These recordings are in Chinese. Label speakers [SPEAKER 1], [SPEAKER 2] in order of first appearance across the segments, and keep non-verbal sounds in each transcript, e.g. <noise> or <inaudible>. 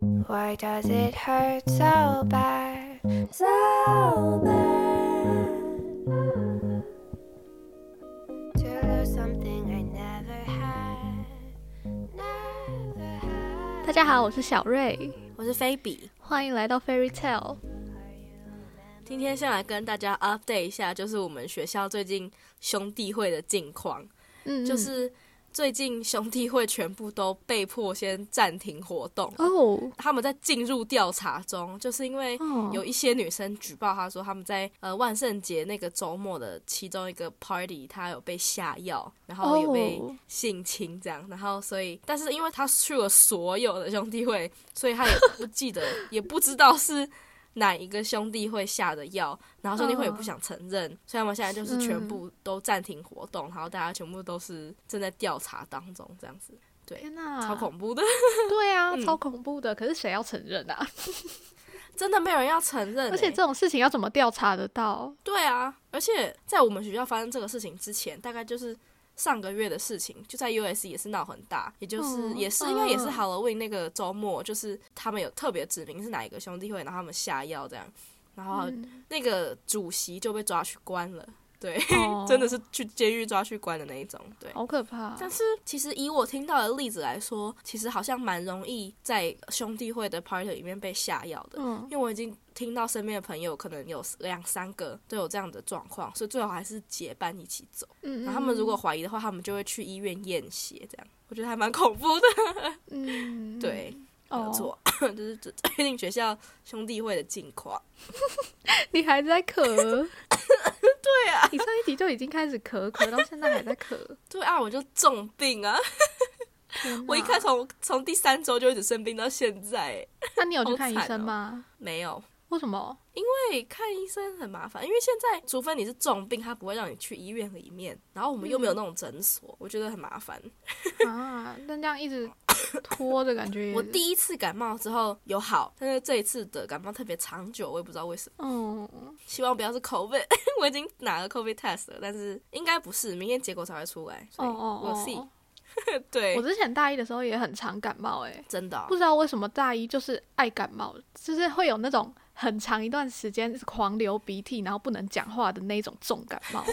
[SPEAKER 1] Why does it hurt so bad?
[SPEAKER 2] So bad.
[SPEAKER 1] To lose something I never had. Never had.
[SPEAKER 3] 大家好，我是小瑞，
[SPEAKER 2] 我是菲比，
[SPEAKER 3] 欢迎来到 Fairy Tale。
[SPEAKER 2] 今天先来跟大家 update 一下，就是我们学校最近兄弟会的近况。
[SPEAKER 3] 嗯，
[SPEAKER 2] 就是最近兄弟会全部都被迫先暂停活动，
[SPEAKER 3] 哦
[SPEAKER 2] 他们在进入调查中，就是因为
[SPEAKER 3] 哦
[SPEAKER 2] 有一些女生举报，她说她们在呃万圣节那个周末的其中一个 party，她有被下药，然后有被
[SPEAKER 3] 哦
[SPEAKER 2] 性侵这样，然后所以，但是因为她去了所有的兄弟会，所以她也不记得，也不知道是哪一个兄弟会下的药，然后兄弟会也不想承认，所以他们现在就是全部都暂停活动，然后大家全部都是正在调查当中这样子，
[SPEAKER 3] 天哪，
[SPEAKER 2] 超恐怖的。
[SPEAKER 3] 对啊，
[SPEAKER 2] 嗯
[SPEAKER 3] 超恐怖的。可是谁要承认啊？
[SPEAKER 2] 真的没有人要承认欸、
[SPEAKER 3] 而且这种事情要怎么调查得到？
[SPEAKER 2] 对啊，而且在我们学校发生这个事情之前，大概就是上个月的事情，就在 US 也是闹很大，也就是、
[SPEAKER 3] 嗯
[SPEAKER 2] 也是应该也是
[SPEAKER 3] 嗯
[SPEAKER 2] Halloween 那个周末，就是他们有特别指明是哪一个兄弟会，然后他们下药这样，然后
[SPEAKER 3] 嗯
[SPEAKER 2] 那个主席就被抓去关了，对，
[SPEAKER 3] 哦
[SPEAKER 2] <laughs> 真的是去监狱抓去关的那一种，对。
[SPEAKER 3] 好可怕。
[SPEAKER 2] 但是其实以我听到的例子来说，其实好像蛮容易在兄弟会的 party 里面被下药的，
[SPEAKER 3] 嗯
[SPEAKER 2] 因为我已经听到身边的朋友可能有两三个都有这样的状况，所以最好还是结伴一起走。
[SPEAKER 3] 嗯，
[SPEAKER 2] 然后他们如果怀疑的话，他们就会去医院验血，这样我觉得还蛮恐怖的。
[SPEAKER 3] 嗯，
[SPEAKER 2] <laughs> 对，没有
[SPEAKER 3] 哦，
[SPEAKER 2] 错，就是这最近学校兄弟会的近况。
[SPEAKER 3] 你还在
[SPEAKER 2] <laughs>
[SPEAKER 3] 咳？对啊，你上一集就已经开始咳，咳到现在还在咳。
[SPEAKER 2] 对啊，我就重病啊！
[SPEAKER 3] 嗯天
[SPEAKER 2] 我一
[SPEAKER 3] 哪
[SPEAKER 2] 开，从从第三周就一直生病到现在，
[SPEAKER 3] 那你有去
[SPEAKER 2] 好
[SPEAKER 3] 看医
[SPEAKER 2] 惨
[SPEAKER 3] 生
[SPEAKER 2] 哦
[SPEAKER 3] 吗？
[SPEAKER 2] 没有。
[SPEAKER 3] 为什么？
[SPEAKER 2] 对，看医生很麻烦，因为现在除非你是重病，他不会让你去医院里面，然后我们又没
[SPEAKER 3] 嗯
[SPEAKER 2] 有那种诊所，我觉得很麻烦。
[SPEAKER 3] 啊，那这样一直拖着，感觉也
[SPEAKER 2] 我第一次感冒之后有好，但是这一次的感冒特别长久，我也不知道为什么。
[SPEAKER 3] 嗯
[SPEAKER 2] 希望不要是 COVID，我 <laughs> 已经拿了 COVID test 了，但是应该不是，明天结果才会出来。
[SPEAKER 3] 哦
[SPEAKER 2] 所以
[SPEAKER 3] 哦
[SPEAKER 2] 我 see，、
[SPEAKER 3] 哦，
[SPEAKER 2] <laughs> 对
[SPEAKER 3] 我，之前大一的时候也很常感冒、欸，
[SPEAKER 2] 真的哦、
[SPEAKER 3] 不知道为什么大一就是爱感冒，就是会有那种很长一段时间一直狂流鼻涕，然后不能讲话的那一种重感
[SPEAKER 2] <laughs>
[SPEAKER 3] 冒，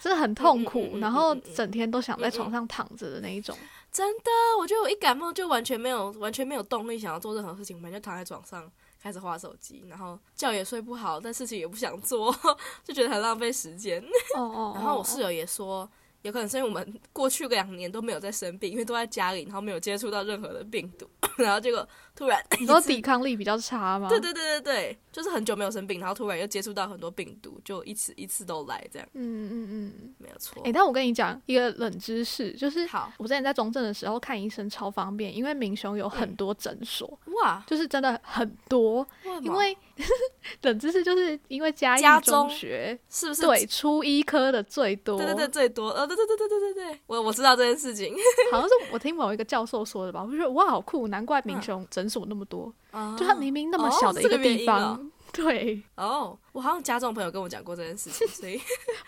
[SPEAKER 3] 真的很痛苦，
[SPEAKER 2] 嗯嗯嗯嗯
[SPEAKER 3] 然后
[SPEAKER 2] 嗯嗯
[SPEAKER 3] 整天都想在床上躺着的那一种。
[SPEAKER 2] 真的，我觉得我一感冒就完全没有完全没有动力想要做任何事情，我就躺在床上开始划手机，然后觉也睡不好，但事情也不想做， <laughs> 就觉得很浪费时间。
[SPEAKER 3] 哦哦，
[SPEAKER 2] 嗯然后我
[SPEAKER 3] 哦
[SPEAKER 2] 室友也说，有可能是因为我们 <laughs> 过去个两年都没有在生病，因为都在家里，然后没有接触到任何的病毒， <laughs> 然后结果突然
[SPEAKER 3] 你说
[SPEAKER 2] 一次
[SPEAKER 3] 抵抗力比较差吗？
[SPEAKER 2] <laughs> 对对对对对，就是很久没有生病，然后突然又接触到很多病毒，就一次一次都来，这样
[SPEAKER 3] 嗯，嗯嗯嗯。
[SPEAKER 2] 没有错
[SPEAKER 3] 哎、。但我跟你讲一个冷知识，就是
[SPEAKER 2] 好
[SPEAKER 3] 我之前在中正的时候看医生超方便，因为民雄有
[SPEAKER 2] 嗯
[SPEAKER 3] 很多诊所，
[SPEAKER 2] 哇，
[SPEAKER 3] 就是真的很多。
[SPEAKER 2] 为什么
[SPEAKER 3] 因为 <laughs> 冷知识，就是因为嘉
[SPEAKER 2] 家
[SPEAKER 3] 义
[SPEAKER 2] 中
[SPEAKER 3] 中学
[SPEAKER 2] 是不是
[SPEAKER 3] 对初医科的最多，
[SPEAKER 2] 对对对最多？呃，对对对对对对对，我我知道这件事
[SPEAKER 3] <laughs>
[SPEAKER 2] 情。
[SPEAKER 3] 好像是我听某一个教授说的吧，我就觉得哇好酷，难怪民雄诊所那么多，就它明明那么
[SPEAKER 2] 嗯哦
[SPEAKER 3] 小的一
[SPEAKER 2] 这个原
[SPEAKER 3] 地
[SPEAKER 2] 因
[SPEAKER 3] 方，
[SPEAKER 2] 哦
[SPEAKER 3] 对，
[SPEAKER 2] 哦，我好像家中朋友跟我讲过这件事
[SPEAKER 3] <laughs>
[SPEAKER 2] 情，所以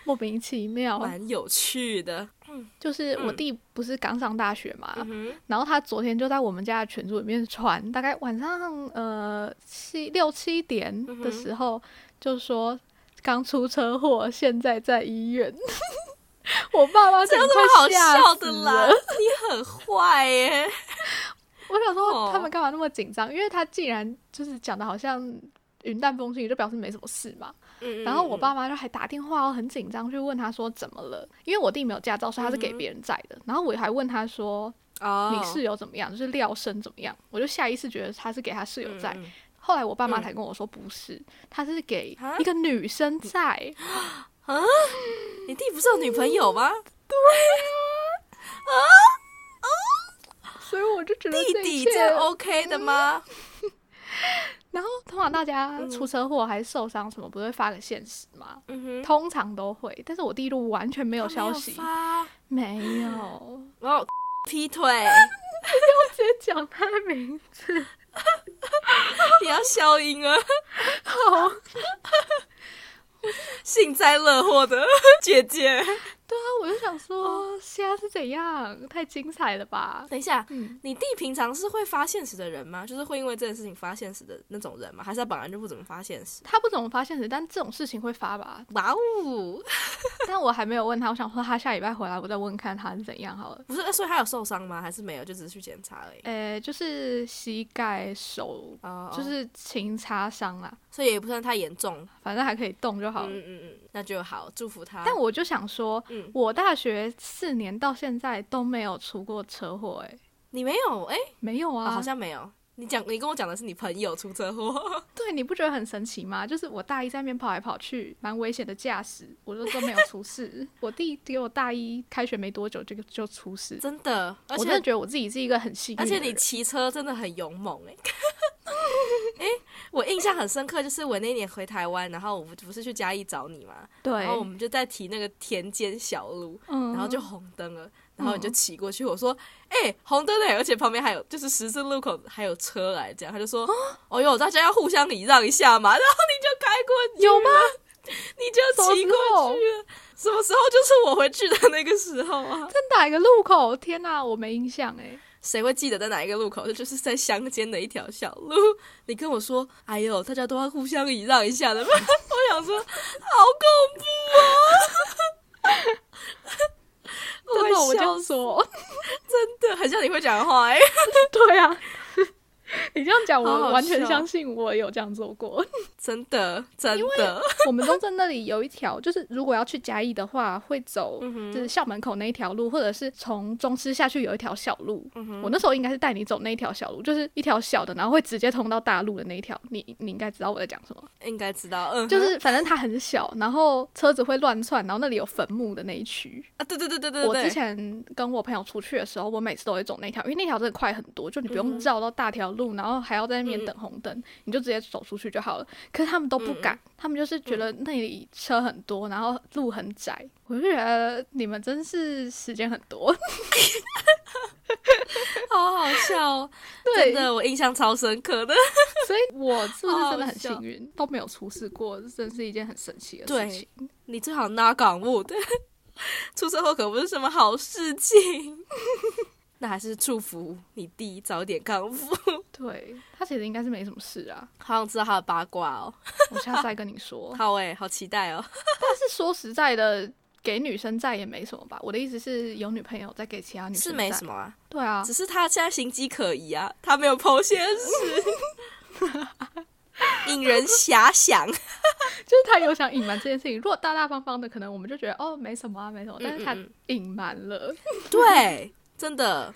[SPEAKER 3] 莫名其妙。
[SPEAKER 2] 蛮有趣的。
[SPEAKER 3] 就是我
[SPEAKER 2] 嗯
[SPEAKER 3] 弟不是刚上大学嘛，
[SPEAKER 2] 嗯哼，
[SPEAKER 3] 然后他昨天就在我们家的群组里面传，大概晚上呃七六七点
[SPEAKER 2] 嗯
[SPEAKER 3] 的时候，就说刚出车祸，现在在医院。 <laughs> 我爸妈
[SPEAKER 2] 这
[SPEAKER 3] 这
[SPEAKER 2] 有什么好笑的啦？你很坏耶！
[SPEAKER 3] 我想
[SPEAKER 2] 哦
[SPEAKER 3] 说他们干嘛那么紧张？因为他既然就是讲的好像云淡风轻，就表示没什么事嘛。
[SPEAKER 2] 嗯
[SPEAKER 3] 然后我爸妈就还打电话哦，很紧张去问他说怎么了，因为我弟没有驾照，所以他
[SPEAKER 2] 嗯
[SPEAKER 3] 是给别人载的。然后我还问他说
[SPEAKER 2] 哦，
[SPEAKER 3] 你室友怎么样，就是廖生怎么样，我就下意识觉得他是给他室友载。
[SPEAKER 2] 嗯嗯
[SPEAKER 3] 后来我爸妈才跟我说不是，他是给
[SPEAKER 2] 啊
[SPEAKER 3] 一个女生载。
[SPEAKER 2] 嗯你弟不是有女朋友吗？
[SPEAKER 3] 所以我就觉得
[SPEAKER 2] 弟
[SPEAKER 3] 这一
[SPEAKER 2] 弟哦
[SPEAKER 3] 切
[SPEAKER 2] 这样 OK 的吗？
[SPEAKER 3] 然后通常大家出车祸还是受伤什么，不是会发个现实吗？
[SPEAKER 2] 嗯哼，
[SPEAKER 3] 通常都会，但是我弟路完全没有
[SPEAKER 2] 他没
[SPEAKER 3] 消
[SPEAKER 2] 有
[SPEAKER 3] 息，
[SPEAKER 2] 发
[SPEAKER 3] 没
[SPEAKER 2] <laughs>
[SPEAKER 3] 有，
[SPEAKER 2] 然后劈腿，
[SPEAKER 3] 直接讲他的名字，
[SPEAKER 2] 你要消音啊！好，幸灾乐祸的姐姐， <laughs>
[SPEAKER 3] 对啊，我就想说，吓啊，是怎样？太精彩了吧！
[SPEAKER 2] 等一下，
[SPEAKER 3] 嗯，
[SPEAKER 2] 你弟平常是会发现实的人吗？就是会因为这件事情发现实的那种人吗？还是他本来就不怎么发现实？？
[SPEAKER 3] 他不怎么发现的，但这种事情会发吧
[SPEAKER 2] 哇哦，
[SPEAKER 3] 但我还没有问他，我想说他下礼拜回来，我再问看他是怎样好了。
[SPEAKER 2] 不是，呃所以他有受伤吗？还是没有，就只是去检查而已。
[SPEAKER 3] 呃，就是膝盖、手，
[SPEAKER 2] 哦，
[SPEAKER 3] 就
[SPEAKER 2] 哦，
[SPEAKER 3] 是轻擦伤啦，
[SPEAKER 2] 所以也不算太严重。
[SPEAKER 3] 反正还可以动就好
[SPEAKER 2] 嗯
[SPEAKER 3] 了。
[SPEAKER 2] 嗯嗯，那就好，祝福他。
[SPEAKER 3] 但我就想说，
[SPEAKER 2] 嗯，
[SPEAKER 3] 我大学四年到现在都没有出过车祸、欸，
[SPEAKER 2] 你没有哎、
[SPEAKER 3] 没有
[SPEAKER 2] 哦
[SPEAKER 3] 啊，
[SPEAKER 2] 好像没有。你讲，你跟我讲的是你朋友出
[SPEAKER 3] <laughs>
[SPEAKER 2] 车祸，
[SPEAKER 3] 对，你不觉得很神奇吗？就是我大一在那边跑来跑去，蛮危险的驾驶，我都都没有出事。 <laughs> 我弟给我大一开学没多久就就出事，
[SPEAKER 2] 真的，
[SPEAKER 3] 我
[SPEAKER 2] 而
[SPEAKER 3] 真的
[SPEAKER 2] 且
[SPEAKER 3] 觉得我自己是一个很幸运的
[SPEAKER 2] 而
[SPEAKER 3] 人。
[SPEAKER 2] 且你骑车真的很勇猛哎、欸。我印象很深刻，就是我那一年回台湾，然后我不是去嘉义找你嘛，
[SPEAKER 3] 对
[SPEAKER 2] 然后，我们就在提那个田间小路，
[SPEAKER 3] 嗯
[SPEAKER 2] 哦然后就红灯了，然后你就骑过去，我说：“哎、红灯嘞！”而且旁边还有就是十字路口还有车来，这样他就说：“
[SPEAKER 3] 啊
[SPEAKER 2] 哦哟，大家要互相礼让一下嘛。”然后你就开过去，
[SPEAKER 3] 有吗？
[SPEAKER 2] 你就骑过去了。什么时候就是我回去的那个时候啊？
[SPEAKER 3] 在哪一个路口？天哪、我没印象哎、
[SPEAKER 2] 谁会记得在哪一个路口？这就是在乡间的一条小路。 <laughs> 你跟我说：“哎呦，大家都要互相礼让一下的嘛。” <laughs> 我想说，好恐怖哦！
[SPEAKER 3] 真的，<laughs>
[SPEAKER 2] 会
[SPEAKER 3] 我
[SPEAKER 2] 笑
[SPEAKER 3] 就说，
[SPEAKER 2] 真的很像你会讲的话哎、
[SPEAKER 3] <laughs> 对啊， <laughs> 你这样讲，
[SPEAKER 2] 好好
[SPEAKER 3] 我完全
[SPEAKER 2] 笑
[SPEAKER 3] 相信我有这样做过。
[SPEAKER 2] <laughs> <laughs> 真的真的，
[SPEAKER 3] 我们中正那里有一条，就是如果要去嘉义的话，会走
[SPEAKER 2] 嗯哼
[SPEAKER 3] 就是校门口那一条路，或者是从中师下去有一条小路。
[SPEAKER 2] 嗯哼
[SPEAKER 3] 我那时候应该是带你走那一条小路，就是一条小的，然后会直接通到大路的那一条。你你应该知道我在讲什么，
[SPEAKER 2] 应该知道，嗯，
[SPEAKER 3] 就是反正它很小，然后车子会乱窜，然后那里有坟墓的那一区。
[SPEAKER 2] 啊，对对对对对
[SPEAKER 3] 我之
[SPEAKER 2] 对，
[SPEAKER 3] 前跟我朋友出去的时候，我每次都会走那条，因为那条真的快很多，就你不
[SPEAKER 2] 嗯
[SPEAKER 3] 用
[SPEAKER 2] 哼
[SPEAKER 3] 绕到大条路，然后还要在那边
[SPEAKER 2] 嗯
[SPEAKER 3] 等红灯，你就直接走出去就好了。可是他们都不敢，他们就是
[SPEAKER 2] 嗯
[SPEAKER 3] 觉得那里车很多，然后路很窄。我就觉得你们真是时间很
[SPEAKER 2] <laughs>
[SPEAKER 3] 多，
[SPEAKER 2] 好好笑、哦，
[SPEAKER 3] 对
[SPEAKER 2] 真，的我印象超深刻的。 <laughs>
[SPEAKER 3] 所以我是不是真的很
[SPEAKER 2] 好好笑
[SPEAKER 3] 幸运，都没有出事过，这真是一件很神奇的
[SPEAKER 2] 对
[SPEAKER 3] 事情。
[SPEAKER 2] 你最好 knock on wood，出车祸可不是什么好事情。 <laughs> 那还是祝福你弟早点康复。
[SPEAKER 3] 对，他其实应该是没什么事啊，
[SPEAKER 2] 好想知道他的八卦哦，
[SPEAKER 3] 我下次再跟你说。
[SPEAKER 2] <laughs> 好哎、好期待哦。
[SPEAKER 3] 但是说实在的，给女生在也没什么吧。我的意思是，有女朋友再给其他女生
[SPEAKER 2] 是没
[SPEAKER 3] 载
[SPEAKER 2] 什么啊，
[SPEAKER 3] 对啊
[SPEAKER 2] 只，是他现在形迹可疑啊，他没有剖现实，引人遐想。
[SPEAKER 3] 就是他有想隐瞒这件事情。如果大大方方的，可能我们就觉得哦没什么啊，没什么。但是他
[SPEAKER 2] 嗯嗯
[SPEAKER 3] 隐瞒了，
[SPEAKER 2] 对，真的。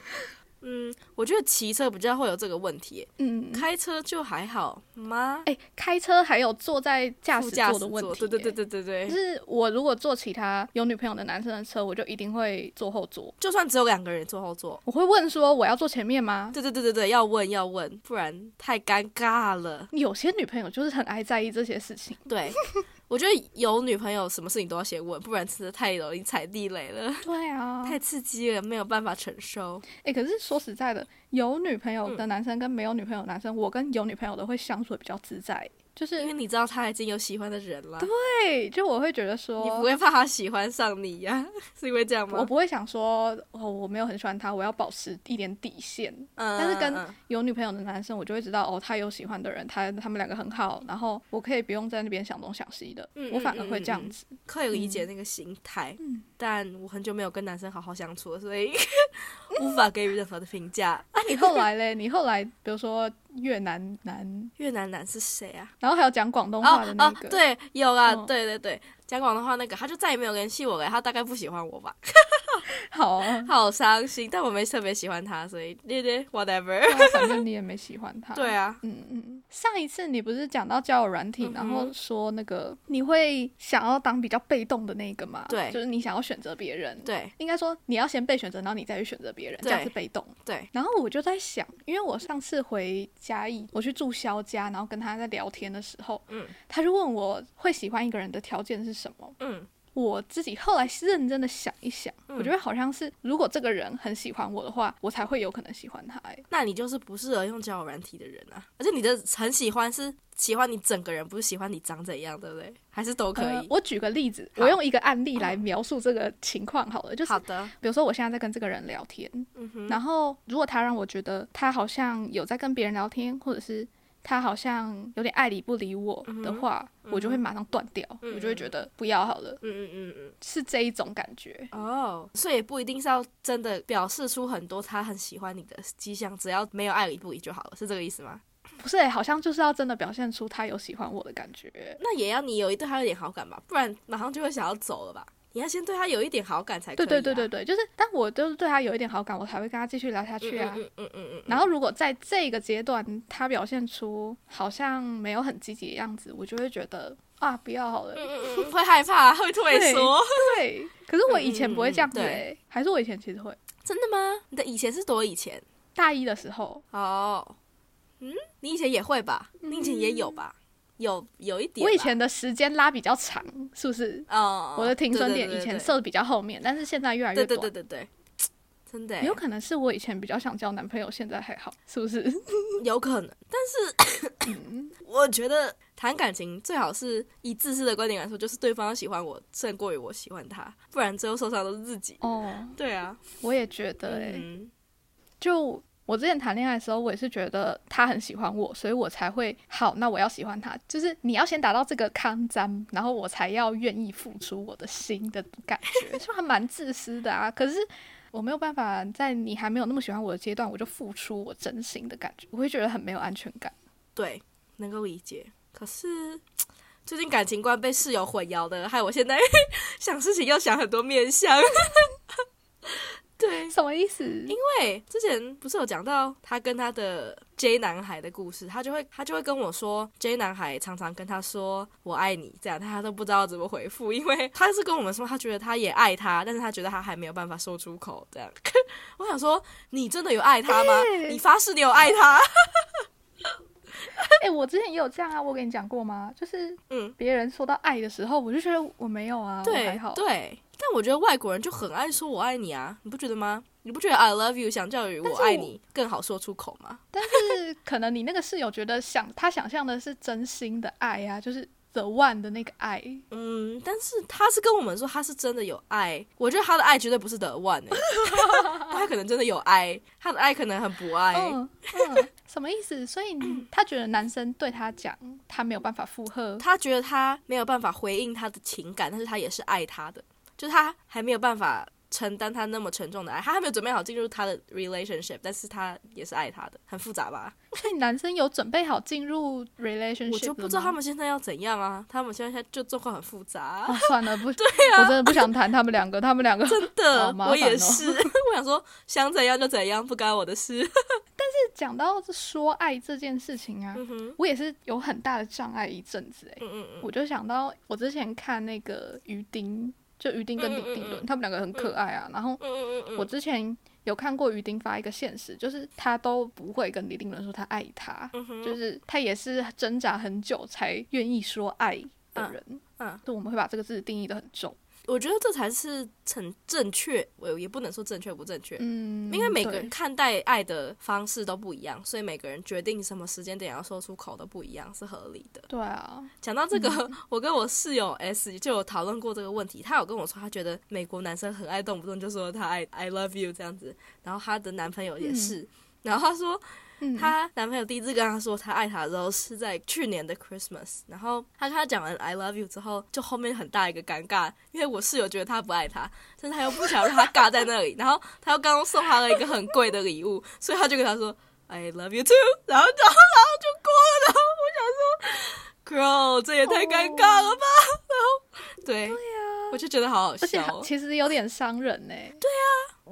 [SPEAKER 2] 嗯，我觉得骑车比较会有这个问题，
[SPEAKER 3] 嗯。
[SPEAKER 2] 开车就还好吗？
[SPEAKER 3] 哎、开车还有坐在驾驶
[SPEAKER 2] 副驾
[SPEAKER 3] 座
[SPEAKER 2] 驶
[SPEAKER 3] 的问题、
[SPEAKER 2] 座对对对。对对
[SPEAKER 3] 就
[SPEAKER 2] 对，
[SPEAKER 3] 是我如果坐其他有女朋友的男生的车，我就一定会坐后座。
[SPEAKER 2] 就算只有两个人坐后座，
[SPEAKER 3] 我会问说我要坐前面吗？
[SPEAKER 2] 对对对对对，要问要问，不然太尴尬了。
[SPEAKER 3] 有些女朋友就是很爱在意这些事情。
[SPEAKER 2] 对， <laughs> 我觉得有女朋友什么事情都要先问，不然真的太容易踩地雷了，
[SPEAKER 3] 对啊，
[SPEAKER 2] 太刺激了，没有办法承受。
[SPEAKER 3] 哎、可是说实在的，有女朋友的
[SPEAKER 2] 嗯
[SPEAKER 3] 男生跟没有女朋友的男生，我跟有女朋友的会相处的比较自在，就
[SPEAKER 2] 因为
[SPEAKER 3] 是
[SPEAKER 2] 你知道他已经有喜欢的人了，
[SPEAKER 3] 对，啊就我会觉得说，
[SPEAKER 2] 你不会怕他喜欢上你呀、 <laughs> 是因为这样吗？
[SPEAKER 3] 我不会想说哦，我没有很喜欢他，我要保持一点底线。
[SPEAKER 2] 嗯，
[SPEAKER 3] 但是跟
[SPEAKER 2] 嗯嗯
[SPEAKER 3] 有女朋友的男生，我就会知道哦，他有喜欢的人，他他们两个很好，然后我可以不用在那边想东想西的，
[SPEAKER 2] 嗯
[SPEAKER 3] 我反而会这样子。
[SPEAKER 2] 可以理解那个心态，
[SPEAKER 3] 嗯
[SPEAKER 2] 但我很久没有跟男生好好相处了，所以 <laughs> 无法给予任何的评价。
[SPEAKER 3] 那、你后来嘞？你后来比如说越南男，
[SPEAKER 2] 越南男是谁啊？
[SPEAKER 3] 然后还有讲广东话的
[SPEAKER 2] 哦
[SPEAKER 3] 那
[SPEAKER 2] 哦
[SPEAKER 3] 个，，
[SPEAKER 2] 对，有啦，
[SPEAKER 3] 嗯
[SPEAKER 2] 对对对，讲广东话那个，他就再也没有联系我了，他大概不喜欢我吧，，
[SPEAKER 3] 好、啊
[SPEAKER 2] <laughs> 好伤心。但我没特别喜欢他，所以对对
[SPEAKER 3] <laughs>
[SPEAKER 2] ，whatever。
[SPEAKER 3] 对啊反正你也没喜欢他。
[SPEAKER 2] 对啊，
[SPEAKER 3] 嗯嗯，上一次你不是讲到交友软体，
[SPEAKER 2] 嗯哼
[SPEAKER 3] 然后说那个你会想要当比较被动的那个嘛？
[SPEAKER 2] 对
[SPEAKER 3] 就是你想要选择别人。，
[SPEAKER 2] 对
[SPEAKER 3] 应该说你要先被选择，然后你再去选择别人，这
[SPEAKER 2] 对
[SPEAKER 3] 样是被动。
[SPEAKER 2] 对，
[SPEAKER 3] 然后我就在想，因为我上次回嘉义，我去住肖家，然后跟他在聊天的时候，
[SPEAKER 2] 嗯
[SPEAKER 3] 他就问我会喜欢一个人的条件是什么。
[SPEAKER 2] 嗯，
[SPEAKER 3] 我自己后来认真的想一想，我觉
[SPEAKER 2] 嗯
[SPEAKER 3] 得好像是如果这个人很喜欢我的话，我才会有可能喜欢他、欸。
[SPEAKER 2] 那你就是不适合用交友软体的人啊！而且你的很喜欢是喜欢你整个人，不是喜欢你长怎样，对不对？还是都可
[SPEAKER 3] 呃
[SPEAKER 2] 以。
[SPEAKER 3] 我举个例子，
[SPEAKER 2] 好
[SPEAKER 3] 我用一个案例来描述这个情况好了，就是
[SPEAKER 2] 好的，
[SPEAKER 3] 比如说我现在在跟这个人聊天，
[SPEAKER 2] 嗯哼，
[SPEAKER 3] 然后如果他让我觉得他好像有在跟别人聊天，或者是他好像有点爱理不理我的话，我就会马上断掉，
[SPEAKER 2] 嗯
[SPEAKER 3] 我就会觉得不要好了，
[SPEAKER 2] 嗯嗯嗯嗯。
[SPEAKER 3] 是这一种感觉。
[SPEAKER 2] 哦，所以也不一定是要真的表示出很多他很喜欢你的迹象，只要没有爱理不理就好了，是这个意思吗？
[SPEAKER 3] 不是、欸，好像就是要真的表现出他有喜欢我的感觉。
[SPEAKER 2] 那也要你有一对他有点好感吧，不然马上就会想要走了吧？你要先对他有一点好感才可以、
[SPEAKER 3] 对
[SPEAKER 2] 啊。
[SPEAKER 3] 对对对对，就是，但我就是对他有一点好感，我才会跟他继续聊下去啊。
[SPEAKER 2] 嗯嗯嗯嗯嗯嗯。
[SPEAKER 3] 然后，如果在这个阶段他表现出好像没有很积极的样子，我就会觉得啊，不要好了。
[SPEAKER 2] 嗯嗯嗯， <laughs> 会害怕，会退缩，
[SPEAKER 3] 对，可是我以前不会这样子、
[SPEAKER 2] 嗯嗯嗯
[SPEAKER 3] 欸，还是我以前其实会。
[SPEAKER 2] 真的吗？你的以前是多以前？
[SPEAKER 3] 大一的时候，
[SPEAKER 2] 哦，嗯，你以前也会吧？你以前也有吧？有有一点
[SPEAKER 3] 嗯
[SPEAKER 2] 吧。
[SPEAKER 3] 我以前的时间拉比较长，是不是？
[SPEAKER 2] 哦，
[SPEAKER 3] 我的停损点
[SPEAKER 2] 对
[SPEAKER 3] 以前，
[SPEAKER 2] 对
[SPEAKER 3] 设的比较后面，但是现在越来
[SPEAKER 2] 对
[SPEAKER 3] 越
[SPEAKER 2] 对
[SPEAKER 3] 短。
[SPEAKER 2] 对对对对，真的欸
[SPEAKER 3] 有可能是我以前比较想交男朋友，现在还好，是不是？
[SPEAKER 2] 有可能，但
[SPEAKER 3] 嗯
[SPEAKER 2] 是 <coughs> 我觉得谈感情最好是以自私的观点来说，就是对方要喜欢我胜过于我喜欢他，不然最后受伤都是自己。
[SPEAKER 3] 哦，
[SPEAKER 2] 对啊，
[SPEAKER 3] <laughs> 我也觉得、欸，
[SPEAKER 2] 嗯
[SPEAKER 3] 就我之前谈恋爱的时候，我也是觉得他很喜欢我，所以我才会好，那我要喜欢他。就是你要先达到这个康瞻，然后我才要愿意付出我的心的感觉，就还蛮自私的啊。可是我没有办法在你还没有那么喜欢我的阶段，我就付出我真心的感觉，我会觉得很没有安全感。
[SPEAKER 2] 对，能够理解。可是最近感情观被室友混淆的，害我现在 <laughs> 想事情要想很多面向。对，
[SPEAKER 3] 什么意思？
[SPEAKER 2] 对，之前不是有讲到他跟他的 J 男孩的故事，他就会他就会跟我说，J 男孩常常跟他说“我爱你”这样，但他都不知道怎么回复，因为他是跟我们说他觉得他也爱他，但是他觉得他还没有办法说出口这样。 <laughs> 我想说，你真的有爱他吗？你发誓你有爱他？
[SPEAKER 3] 哎、我之前也有这样啊，我跟你讲过吗？就是
[SPEAKER 2] 嗯，
[SPEAKER 3] 别人说到爱的时候，我就觉得我没有啊，我还
[SPEAKER 2] 对
[SPEAKER 3] 好。
[SPEAKER 2] 对，但我觉得外国人就很爱说“我爱你”啊，你不觉得吗？你不觉得 “I love you” 相较于“
[SPEAKER 3] 但
[SPEAKER 2] 我
[SPEAKER 3] 是
[SPEAKER 2] 爱
[SPEAKER 3] 我
[SPEAKER 2] 你”更好说出口吗？
[SPEAKER 3] 但是可能你那个室友觉得想他想象的是真心的爱啊，就是 the one 的那个爱，
[SPEAKER 2] 嗯，但是他是跟我们说他是真的有爱，我觉得他的爱绝对不是得万哎， <laughs> 他可能真的有爱，他的爱可能很不爱。
[SPEAKER 3] 嗯嗯，什么意思？所以你他觉得男生对他讲，他没有办法附和，
[SPEAKER 2] 他觉得他没有办法回应他的情感，但是他也是爱他的，就是他还没有办法承担他那么沉重的爱，他还没有准备好进入他的 relationship，但是他也是爱他的，很复杂吧？
[SPEAKER 3] 所以男生有准备好进入 relationship，
[SPEAKER 2] 我就不知道他们现在要怎样啊，他们现在就状况很复杂、
[SPEAKER 3] 了吗。哦，算了，
[SPEAKER 2] <laughs>
[SPEAKER 3] 不，对啊，我真的不想谈他们两个，他们两个
[SPEAKER 2] 真的
[SPEAKER 3] 好，麻
[SPEAKER 2] 我
[SPEAKER 3] 烦
[SPEAKER 2] 也
[SPEAKER 3] 哦
[SPEAKER 2] 是， <laughs> 我想说想怎样就怎样，不干我的事。
[SPEAKER 3] 讲到说爱这件事情啊，
[SPEAKER 2] 嗯哼，
[SPEAKER 3] 我也是有很大的障碍一阵子哎、
[SPEAKER 2] 嗯嗯嗯，
[SPEAKER 3] 我就想到我之前看那个于丁，就于丁跟李定伦，他们两个很可爱啊，然后
[SPEAKER 2] 嗯嗯嗯嗯，
[SPEAKER 3] 我之前有看过于丁发一个现实，就是他都不会跟李定伦说他爱他，
[SPEAKER 2] 嗯哼
[SPEAKER 3] 就是他也是挣扎很久才愿意说爱的人。
[SPEAKER 2] 嗯
[SPEAKER 3] 就我们会把这个字定义的很重。
[SPEAKER 2] 我觉得这才是很正确，我也不能说正确不正确，
[SPEAKER 3] 嗯，
[SPEAKER 2] 因为每个
[SPEAKER 3] 对
[SPEAKER 2] 人看待爱的方式都不一样，所以每个人决定什么时间点要说出口都不一样，是合理的。
[SPEAKER 3] 对啊，
[SPEAKER 2] 讲到这个， <laughs> 我跟我室友 S 就有讨论过这个问题，她有跟我说，她觉得美国男生很爱动不动就说他爱 I love you 这样子，然后她的男朋友也是。然后她说，
[SPEAKER 3] 嗯，
[SPEAKER 2] 她男朋友第一次跟她说她爱她的时候是在去年的 Christmas，然后她跟她讲完 I love you 之后，就后面很大一个尴尬，因为我室友觉得她不爱他，但是她又不想让他尬
[SPEAKER 3] <laughs>
[SPEAKER 2] 在那里，然后她又刚刚送她了一个很贵的礼物，所以她就跟她说 I love you too，然后然后然后就过了，然后我想说 girl 这也太尴尬了吧，然后对，我就觉得好好
[SPEAKER 3] 哦啊而且
[SPEAKER 2] 笑哦。
[SPEAKER 3] 其实有点伤人呢、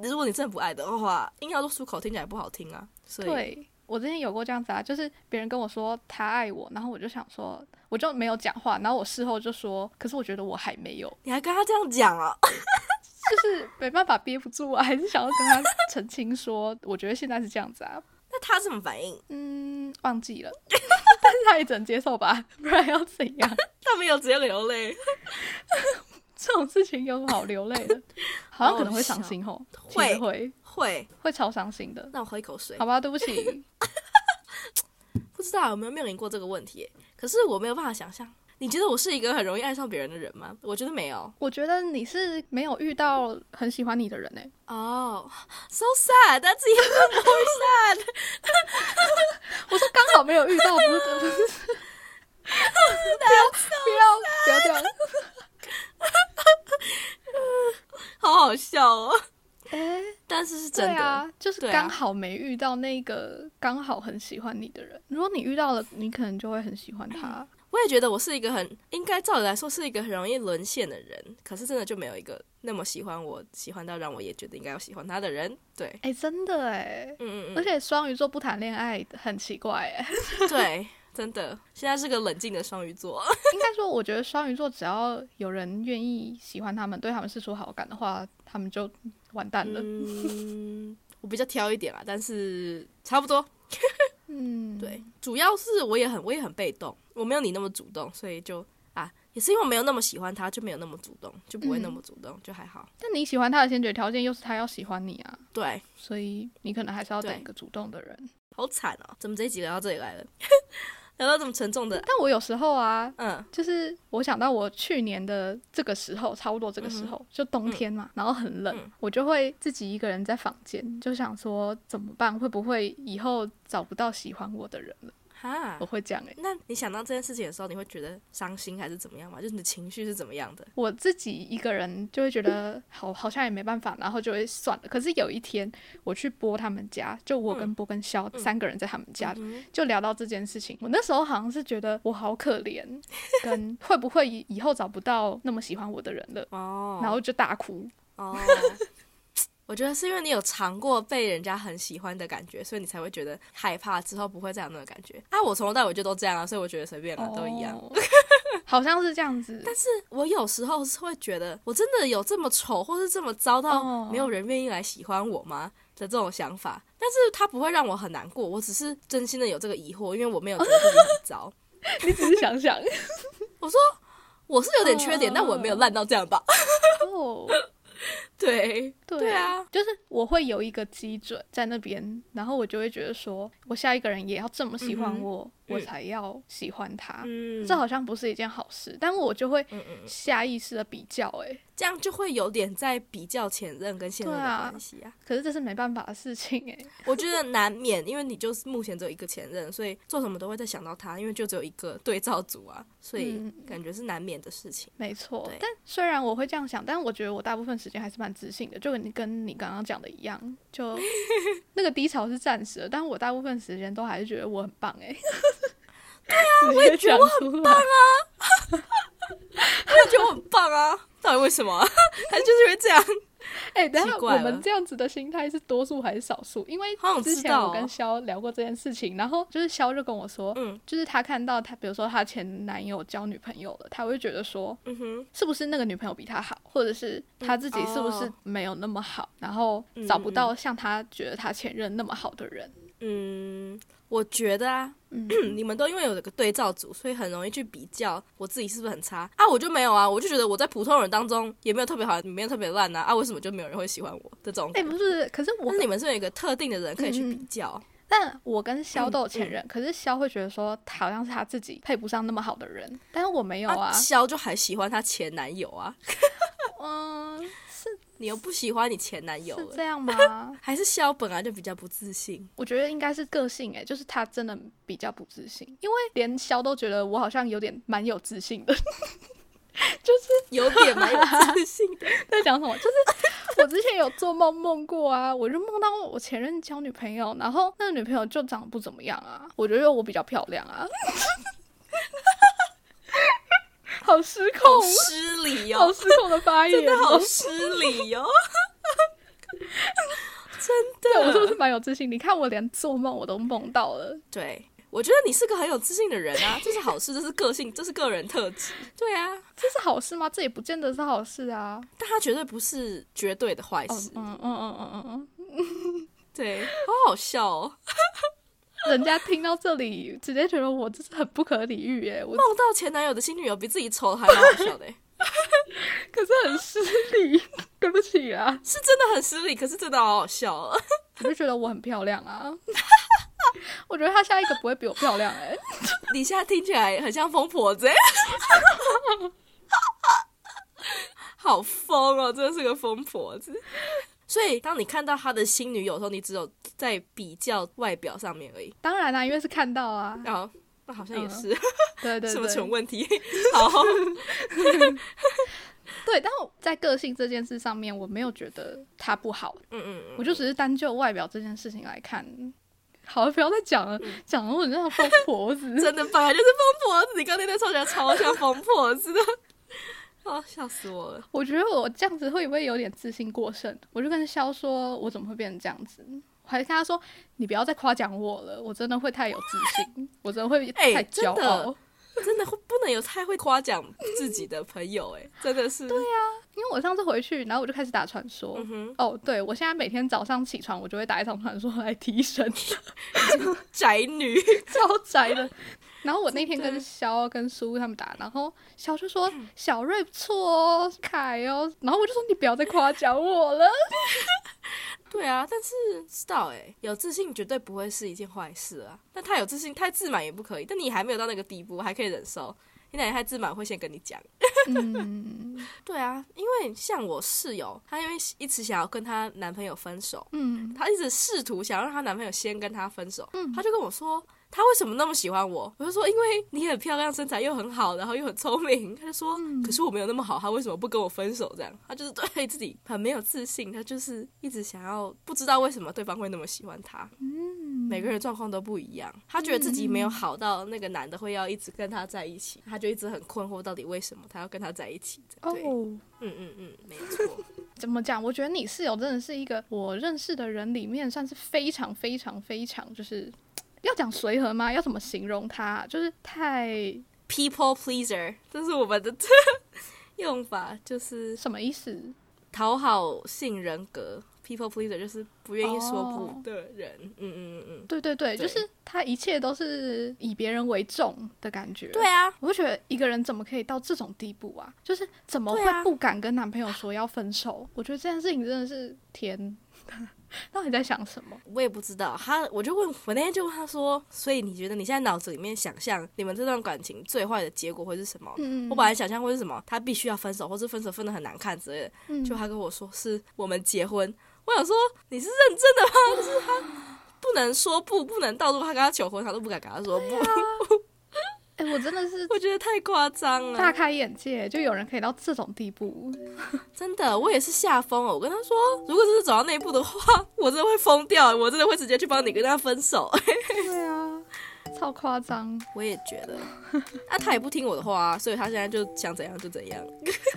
[SPEAKER 2] 如果你真的不爱的话，硬要说出口听起来不好听啊，所以
[SPEAKER 3] 对。我之前有过这样子啊，就是别人跟我说他爱我，然后我就想说，我就没有讲话，然后我事后就说，可是我觉得我还没有，
[SPEAKER 2] 你还跟他这样讲啊？ <laughs>
[SPEAKER 3] 就是没办法憋不住啊，还是想要跟他澄清说，我觉得现在是这样子啊，
[SPEAKER 2] 那他怎么反应？
[SPEAKER 3] 嗯，忘记了， <laughs> 但是他也只能接受吧，不然要怎样？ <laughs>
[SPEAKER 2] 他没有直接流泪。
[SPEAKER 3] 这种事情有什么好流泪的？好像可能会伤心吼，其实
[SPEAKER 2] 会
[SPEAKER 3] 会
[SPEAKER 2] 会，
[SPEAKER 3] 会超伤心的。
[SPEAKER 2] 让我喝一口水
[SPEAKER 3] 好。吧，对不起，
[SPEAKER 2] 不知道有没有面临过这个问题耶？可是我没有办法想象。你觉得我是一个很容易爱上别人的人吗？我觉得没有。
[SPEAKER 3] 我觉得你是没有遇到很喜欢你的人哎、
[SPEAKER 2] 哦、s o sad，但自己 so sad。
[SPEAKER 3] 我说刚好没有遇到，不是不是，不要不要不要这样，
[SPEAKER 2] <laughs> 好好笑
[SPEAKER 3] <laughs>
[SPEAKER 2] 哦。
[SPEAKER 3] 哎、
[SPEAKER 2] 但是是真
[SPEAKER 3] 对
[SPEAKER 2] 的，
[SPEAKER 3] 啊，就是
[SPEAKER 2] 对啊
[SPEAKER 3] 刚好没遇到那个刚好很喜欢你的人。如果你遇到了，你可能就会很喜欢他。
[SPEAKER 2] 我也觉得我是一个很应该照理来说是一个很容易沦陷的人，可是真的就没有一个那么喜欢我，喜欢到让我也觉得应该要喜欢他的人。对，
[SPEAKER 3] 哎、真的哎、
[SPEAKER 2] 嗯嗯
[SPEAKER 3] 而且双鱼座不谈恋爱很奇怪
[SPEAKER 2] <laughs>
[SPEAKER 3] 哎、
[SPEAKER 2] 嗯，对，真的，现在是个冷静的双鱼座。
[SPEAKER 3] 应该说，我觉得双鱼座只要有人愿意喜欢他们，对他们示出好感的话，他们就完蛋了。
[SPEAKER 2] 嗯，我比较挑一点啦，但是差不多。
[SPEAKER 3] 嗯，
[SPEAKER 2] 对，主要是我也很我也很被动，我没有你那么主动，所以就啊，也是因为我没有那么喜欢他，就没有那么主动，就不会那么主动，就还好。
[SPEAKER 3] 但你喜欢他的先决条件又是他要喜欢你啊，
[SPEAKER 2] 对，
[SPEAKER 3] 所以你可能还是要
[SPEAKER 2] 对
[SPEAKER 3] 等一个主动的人。
[SPEAKER 2] 好惨哦，怎么这一集聊到这里来了？ <laughs> 聊到这么沉重的，
[SPEAKER 3] 但我有时候啊，
[SPEAKER 2] 嗯
[SPEAKER 3] 就是我想到我去年的这个时候，差不多这个时候，就冬天嘛，然后很冷，
[SPEAKER 2] 嗯
[SPEAKER 3] 我就会自己一个人在房间，就想说怎么办？会不会以后找不到喜欢我的人了？
[SPEAKER 2] 哈
[SPEAKER 3] 我。会这样欸诶、
[SPEAKER 2] 那你想到这件事情的时候，你会觉得伤心还是怎么样吗？就是你的情绪是怎么样的？
[SPEAKER 3] 我自己一个人就会觉得好，好像也没办法，然后就会算了。可是有一天我去波他们家，就我跟波跟肖、三个人在他们家，
[SPEAKER 2] 嗯
[SPEAKER 3] 就聊到这件事情。我那时候好像是觉得我好可怜，跟会不会以以后找不到那么喜欢我的人了，
[SPEAKER 2] 哦，
[SPEAKER 3] 然后就大哭。
[SPEAKER 2] 哦， <laughs> 我觉得是因为你有尝过被人家很喜欢的感觉，所以你才会觉得害怕，之后不会再有那个感觉。啊，我从头到尾就都这样啊，所以我觉得随便了，都一样。
[SPEAKER 3] 哦， <laughs> 好像是这样
[SPEAKER 2] <laughs>
[SPEAKER 3] 子。但是
[SPEAKER 2] 我有时候是会觉得，我真的有这么丑，或是这么糟到
[SPEAKER 3] 哦
[SPEAKER 2] 没有人愿意来喜欢我吗？的这种想法，但是它不会让我很难过，我只是真心的有这个疑惑，因为我没有觉得自己
[SPEAKER 3] <laughs>
[SPEAKER 2] 很糟，
[SPEAKER 3] 你只是想想
[SPEAKER 2] 我是有点缺点，
[SPEAKER 3] 哦
[SPEAKER 2] 但我没有烂到这样吧？
[SPEAKER 3] <laughs> 哦，
[SPEAKER 2] 对，
[SPEAKER 3] 对
[SPEAKER 2] 对啊，
[SPEAKER 3] 就是我会有一个基准在那边，然后我就会觉得说，我下一个人也要这么喜欢我，
[SPEAKER 2] 嗯
[SPEAKER 3] 我才要喜欢他。
[SPEAKER 2] 嗯，
[SPEAKER 3] 这好像不是一件好事，但我就会
[SPEAKER 2] 嗯嗯，嗯
[SPEAKER 3] 下意识的比较、欸，
[SPEAKER 2] 这样就会有点在比较前任跟现任的
[SPEAKER 3] 对啊
[SPEAKER 2] 关系啊。
[SPEAKER 3] 可是这是没办法的事情、欸，
[SPEAKER 2] 我觉得难免，因为你就是目前只有一个前任，所以做什么都会在想到他，因为就只有一个对照组啊，所以
[SPEAKER 3] 嗯
[SPEAKER 2] 感觉是难免的事情。 <laughs>
[SPEAKER 3] 没错
[SPEAKER 2] 对。
[SPEAKER 3] 但虽然我会这样想，但我觉得我大部分时间还是蛮自信的，就跟你跟你刚刚讲的一样，就 <laughs> 那个低潮是暂时的，但我大部分时间都还是觉得我很棒哎、 <laughs> 对啊，我也觉得我很棒啊。
[SPEAKER 2] 我觉得我很棒啊，到底为什么
[SPEAKER 3] <laughs>
[SPEAKER 2] 啊、还就是因为这样？
[SPEAKER 3] 哎、等一下
[SPEAKER 2] 奇
[SPEAKER 3] 我
[SPEAKER 2] 怪了
[SPEAKER 3] 们这样子的心态是多数还是少数？因为
[SPEAKER 2] 好想
[SPEAKER 3] 之
[SPEAKER 2] 知
[SPEAKER 3] 前
[SPEAKER 2] 道哦
[SPEAKER 3] 我跟肖聊过这件事情，然后就是肖就跟我说，
[SPEAKER 2] 嗯
[SPEAKER 3] 就是他看到他，比如说他前男友交女朋友了，他会觉得说，
[SPEAKER 2] 嗯哼，
[SPEAKER 3] 是不是那个女朋友比他好，或者是他自己是不是
[SPEAKER 2] 哦
[SPEAKER 3] 没有那么好，然后找不到像他觉得他前任那么好的人。
[SPEAKER 2] 嗯，我觉得啊，
[SPEAKER 3] 嗯
[SPEAKER 2] <clears throat> 你们都因为有个对照组，所以很容易去比较我自己是不是很差啊？我就没有啊，我就觉得我在普通人当中也没有特别好，也没有特别烂啊，啊，为什么就没有人会喜欢我的这种
[SPEAKER 3] 哎、
[SPEAKER 2] 感觉？
[SPEAKER 3] 不是，可是我
[SPEAKER 2] 但是，你们是有一个特定的人可以去比较，
[SPEAKER 3] 但我跟
[SPEAKER 2] 嗯
[SPEAKER 3] 肖都有前任，可是肖会觉得说他好像是他自己配不上那么好的人，但是我没有啊
[SPEAKER 2] 啊，，肖就还喜欢她前男友 <laughs> 啊，
[SPEAKER 3] 嗯，是
[SPEAKER 2] 你又不喜欢你前男友
[SPEAKER 3] 是
[SPEAKER 2] 了？
[SPEAKER 3] 这，样吗
[SPEAKER 2] 还是肖本来就比较不自信，
[SPEAKER 3] 我觉得应该是个性、哎，就是他真的比较不自信，因为连肖都觉得我好像有点蛮有自信的， <laughs>
[SPEAKER 2] 有点没有自信的。
[SPEAKER 3] 在讲什么？就是我之前有做梦梦过啊，我就梦到我前任交女朋友，然后那个女朋友就长得不怎么样啊，我觉得我比较漂亮啊， <laughs> 好失
[SPEAKER 2] <laughs> 好
[SPEAKER 3] 控，
[SPEAKER 2] 失礼
[SPEAKER 3] 好
[SPEAKER 2] 哦，
[SPEAKER 3] 失控的发言
[SPEAKER 2] 真
[SPEAKER 3] 哦，
[SPEAKER 2] 的好失礼 <laughs> 哦，
[SPEAKER 3] 对我是不
[SPEAKER 2] 真
[SPEAKER 3] 是
[SPEAKER 2] 的。
[SPEAKER 3] 蛮有自信？你看我连做梦我都梦到了，
[SPEAKER 2] 对，我觉得你是个很有自信的人 <laughs> 啊，这是好事，这是个性，这是个人特质。对啊，
[SPEAKER 3] 这是好事吗？这也不见得是好事啊。
[SPEAKER 2] 但他绝对不是绝对的坏
[SPEAKER 3] 哦
[SPEAKER 2] 事。
[SPEAKER 3] 嗯嗯嗯嗯嗯嗯。
[SPEAKER 2] <laughs> 对，好好笑哦。
[SPEAKER 3] 人家听到这里，直接觉得我这是很不可理喻耶！我
[SPEAKER 2] 梦到前男友的新女友比自己丑还蛮好笑的欸。
[SPEAKER 3] 可是很失礼，对不起啊，
[SPEAKER 2] 是真的很失礼，可是真的好好
[SPEAKER 3] <laughs>
[SPEAKER 2] 笑哦。
[SPEAKER 3] 我就觉得我很漂亮啊。 <laughs> 我觉得他下一个不会比我漂亮哎、
[SPEAKER 2] 你现在听起来很像疯婆子 <laughs> 欸，好疯哦，真的是个疯婆子。所以，当你看到他的新女友的时候，你只有在比较外表上面而已。
[SPEAKER 3] 当然啦、因为是看到啊，
[SPEAKER 2] 然后，那好像也是、 <laughs>
[SPEAKER 3] 对嗯对
[SPEAKER 2] 什么
[SPEAKER 3] 对，
[SPEAKER 2] 蠢问题。 <laughs> 好，
[SPEAKER 3] 对，但我在个性这件事上面，我没有觉得他不好，
[SPEAKER 2] 嗯嗯
[SPEAKER 3] 我就只是单就外表这件事情来看。好了，不要再讲了，
[SPEAKER 2] 嗯
[SPEAKER 3] 讲了我很 <laughs> 像疯婆子
[SPEAKER 2] 嗯，。真的本来就是疯婆子。你刚才那段唱起来超像疯婆子 <laughs> 的，哦，笑死我了。
[SPEAKER 3] 我觉得我这样子会不会有点自信过剩？我就跟肖说，我怎么会变成这样子？我还跟他说，你不要再夸奖我了，我真的会太有自信，我真的会
[SPEAKER 2] <laughs> 哎
[SPEAKER 3] 太骄
[SPEAKER 2] 真
[SPEAKER 3] 傲。
[SPEAKER 2] 的真的会不能有太会夸奖自己的朋友哎、真的是。对呀、
[SPEAKER 3] 因为我上次回去，然后我就开始打传说。
[SPEAKER 2] 嗯哼，
[SPEAKER 3] 哦，对，我现在每天早上起床，我就会打一场传说来提神， <laughs>
[SPEAKER 2] 宅女，
[SPEAKER 3] 超宅的。然后我那天
[SPEAKER 2] 真的嗯
[SPEAKER 3] 跟肖、跟苏他们打，然后肖就说小瑞不错哦，凯哦，然后我就说你不要再夸奖我了。
[SPEAKER 2] 对啊，但是知道哎、有自信绝对不会是一件坏事啊。但太有自信、太自满也不可以。但你还没有到那个地步，还可以忍受。你奶奶太自满会先跟你讲。
[SPEAKER 3] 嗯
[SPEAKER 2] 对啊，因为像我室友，她因为一直想要跟她男朋友分手，
[SPEAKER 3] 嗯，
[SPEAKER 2] 她一直试图想要让她男朋友先跟她分手。她就跟我说。她为什么那么喜欢我？我就说，因为你很漂亮，身材又很好，然后又很聪明。她就说，
[SPEAKER 3] 嗯
[SPEAKER 2] 可是我没有那么好，她为什么不跟我分手？这样，她就是对自己很没有自信，她就是一直想要，不知道为什么对方会那么喜欢她。
[SPEAKER 3] 嗯
[SPEAKER 2] 每个人的状况都不一样，她觉得自己没有好到那个男的会要一直跟她在一起，她就一直很困惑，到底为什么她要跟他在一起？
[SPEAKER 3] 哦
[SPEAKER 2] 对，嗯嗯嗯，没错，
[SPEAKER 3] 怎么讲？我觉得你室友真的是一个我认识的人里面算是非常非常非常，就是要讲随和吗？要怎么形容他啊？就是太
[SPEAKER 2] <laughs> people pleaser，这是我们的用法，就是
[SPEAKER 3] 什么意思？
[SPEAKER 2] 讨好性人格，people pleaser 就是不愿意说
[SPEAKER 3] 哦
[SPEAKER 2] 不的人。嗯嗯嗯嗯，
[SPEAKER 3] 对对对，
[SPEAKER 2] <laughs> 对
[SPEAKER 3] 就是他一切都是以别人为重的感觉。
[SPEAKER 2] 对，啊，
[SPEAKER 3] 我就觉得一个人怎么可以到这种地步啊？就是怎么
[SPEAKER 2] 对
[SPEAKER 3] 会
[SPEAKER 2] 啊
[SPEAKER 3] 不敢跟男朋友说要分手？我觉得这件事情真的是天， <laughs> 到底在想什么？
[SPEAKER 2] 我也不知道。他，我就问我那天就问他说，所以你觉得你现在脑子里面想象你们这段感情最坏的结果会是什么？
[SPEAKER 3] 嗯，
[SPEAKER 2] 我本来想象会是什么，他必须要分手，或是分手分的很难看之类的。
[SPEAKER 3] 嗯
[SPEAKER 2] 就他跟我说是我们结婚，我想说你是认真的吗？ <laughs> 就是他不能说不，不能到处他跟他求婚，他都不敢跟他说不，
[SPEAKER 3] 哎、我真的是
[SPEAKER 2] <laughs> 我觉得太夸张了
[SPEAKER 3] 大。开眼界，就有人可以到这种地步。
[SPEAKER 2] 真的，我也是吓疯了。我跟他说，如果真是走到那一步的话，我真的会疯掉，我真的会直接去帮你跟他分手。 <laughs>
[SPEAKER 3] 对啊，超夸张！
[SPEAKER 2] 我也觉得，那、他也不听我的话、啊，所以他现在就想怎样就怎样。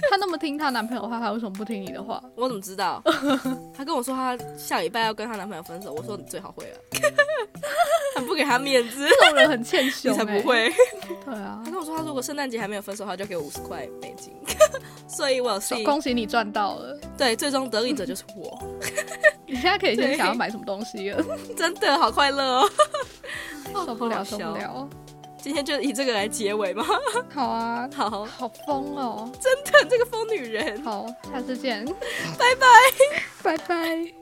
[SPEAKER 3] 她那么听她男朋友的话，她为什么不听你的话？
[SPEAKER 2] 我怎么知道？ <laughs> 她跟我说她下礼拜要跟她男朋友分手，我说你最好会了， <laughs> 很不给她面子，
[SPEAKER 3] 这种人很欠
[SPEAKER 2] <laughs> 你
[SPEAKER 3] 凶、欸，
[SPEAKER 2] 才不。会。
[SPEAKER 3] 对啊
[SPEAKER 2] 她，跟我说，她如果圣诞节还没有分手，她就给我五十块美金， <laughs> 所以我有
[SPEAKER 3] 说
[SPEAKER 2] 信。
[SPEAKER 3] 恭喜你赚到了，
[SPEAKER 2] 对，最终得利者就是我， <laughs>
[SPEAKER 3] 你现在可以先
[SPEAKER 2] 对
[SPEAKER 3] 想要买什么东西了，
[SPEAKER 2] 真的好快乐哦！
[SPEAKER 3] 受不了，
[SPEAKER 2] <laughs> 好
[SPEAKER 3] 受
[SPEAKER 2] 笑
[SPEAKER 3] 不了。
[SPEAKER 2] 今天就以这个来结尾吗？ <laughs>
[SPEAKER 3] 好啊，
[SPEAKER 2] 好，
[SPEAKER 3] 好疯哦！
[SPEAKER 2] 真的这个疯女人。
[SPEAKER 3] 好，下次见，拜拜，拜拜。